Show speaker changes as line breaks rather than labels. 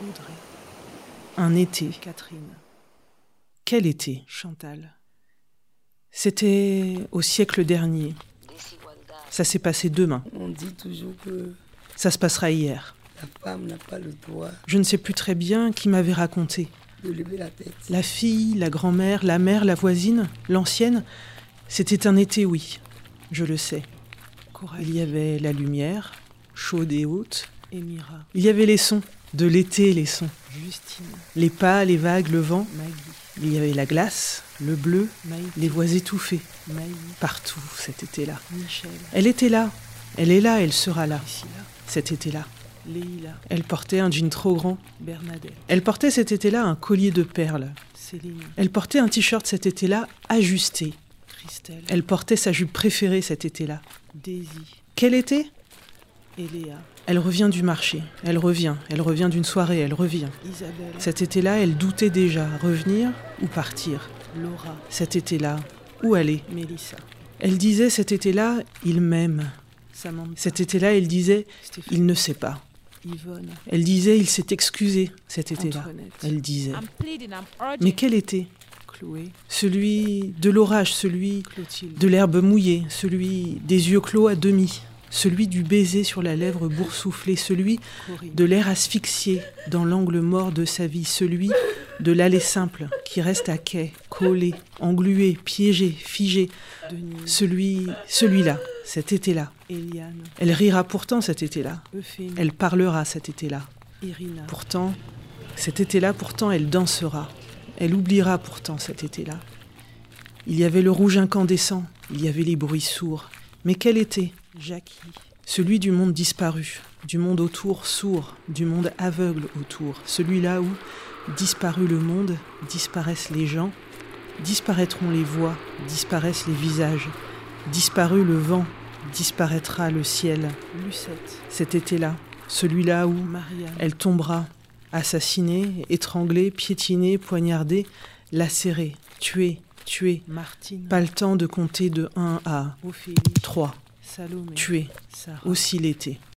Audrey.
Un été.
Catherine.
Quel été
Chantal.
C'était au siècle dernier. Ça s'est passé demain.
On dit toujours que
Ça se passera hier.
la femme n'a pas le droit
Je ne sais plus très bien qui m'avait raconté.
de lever la tête.
La fille, la grand-mère, la mère, la voisine, l'ancienne. C'était un été, oui. Je le sais. Il
Coralie.
y avait la lumière, chaude et haute.
Émira.
Il y avait les sons. De l'été, les sons.
Justine.
Les pas, les vagues, le vent.
Maggie.
Il y avait la glace, le bleu,
Maï.
les voix étouffées.
Maï.
Partout, cet été-là.
Michel.
Elle était là. Elle est là, elle sera là.
Priscilla.
Cet été-là.
Leïla.
Elle portait un jean trop grand.
Bernadette.
Elle portait cet été-là un collier de perles.
Céline.
Elle portait un t-shirt cet été-là ajusté.
Christelle.
Elle portait sa jupe préférée cet été-là.
Daisy.
Quel été
Et Léa.
Elle revient du marché. Elle revient. Elle revient d'une soirée. Elle revient.
Isabelle.
Cet été-là, elle doutait déjà. Revenir ou partir
Laura.
Cet été-là, où aller
Mélissa.
Elle disait cet été-là, il m'aime.
Samantha.
Cet été-là, elle disait,
Stéphane.
il ne sait pas.
Yvonne.
Elle disait, il s'est excusé cet été-là.
Antoinette.
Elle disait.
I'm pleading, I'm urging.
Mais quel été
Chloé.
Celui de l'orage, celui
Clotilde.
de l'herbe mouillée, celui des yeux clos à demi, celui du baiser sur la lèvre boursouflée, celui
Corinne.
de l'air asphyxié dans l'angle mort de sa vie, celui de l'allée simple qui reste à quai, collé, englué, piégé, figé,
Denise.
celui, celui-là, cet été-là.
Eliane.
Elle rira pourtant cet été-là,
Euphémie.
elle parlera cet été-là.
Irina.
Pourtant, cet été-là, pourtant, elle dansera. Elle oubliera pourtant cet été-là. Il y avait le rouge incandescent, il y avait les bruits sourds. Mais quel été
Jackie.
Celui du monde disparu, du monde autour sourd, du monde aveugle autour. Celui-là où, disparu le monde, disparaissent les gens, disparaîtront les voix, disparaissent les visages, disparu le vent, disparaîtra le ciel.
Lucette.
Cet été-là, celui-là où,
Marianne.
elle tombera, assassinée, étranglée, piétinée, poignardée, lacérée, tuée, tuée.
Martine.
Pas le temps de compter de 1 à
Ophélie.
3.
Salomé.
Tuée,
Sarah.
aussi l'été.